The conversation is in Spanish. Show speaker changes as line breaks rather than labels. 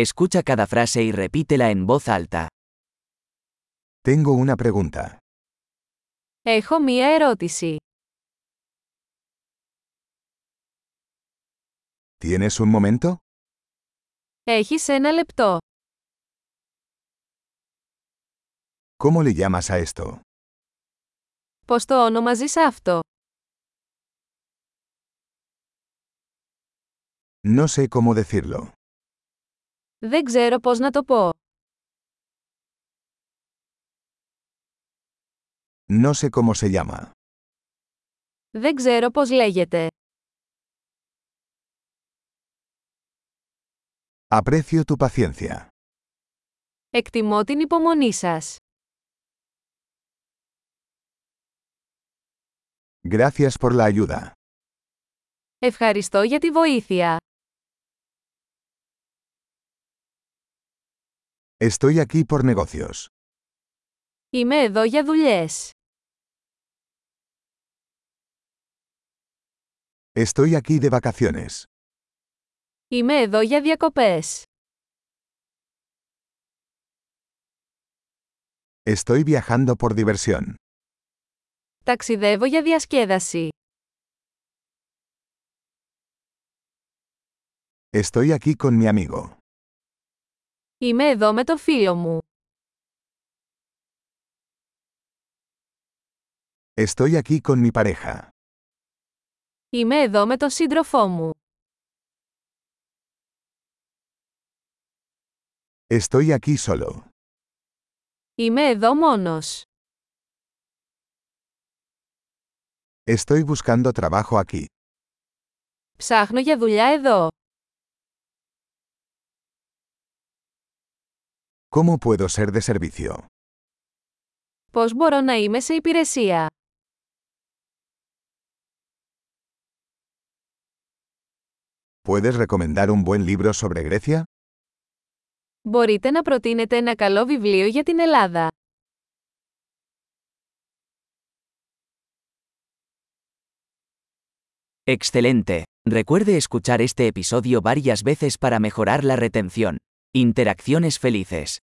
Escucha cada frase y repítela en voz alta.
Tengo una pregunta.
Έχω μία ερώτηση.
¿Tienes un momento?
Έχεις ένα λεπτό.
¿Cómo le llamas a esto?
Πώς το ονομαζείς αυτό.
No sé cómo decirlo.
Δεν ξέρω πώς να το πω.
No sé cómo se llama.
Δεν ξέρω πώς λέγεται.
Aprecio tu paciencia.
Εκτιμώ την υπομονή σας.
Gracias por la ayuda.
Ευχαριστώ για τη βοήθεια.
Estoy aquí por negocios.
Είμαι εδώ για δουλειές.
Estoy aquí de vacaciones.
Είμαι εδώ για διακοπές.
Estoy viajando por diversión.
Ταξιδεύω για διασκέδαση.
Estoy aquí con mi amigo.
Είμαι εδώ με το φίλο μου.
Estoy aquí con mi pareja.
Είμαι εδώ με τον σύντροφό μου.
Estoy aquí solo.
Είμαι εδώ μόνος.
Estoy buscando trabajo aquí.
Ψάχνω για δουλειά εδώ.
¿Cómo puedo ser de servicio?
Πώς μπορώ να είμαι σε υπηρεσία.
¿Puedes recomendar un buen libro sobre Grecia?
Μπορείτε να προτείνετε ένα καλό βιβλίο για την Ελλάδα.
Excelente. Recuerde escuchar este episodio varias veces para mejorar la retención. Interacciones felices.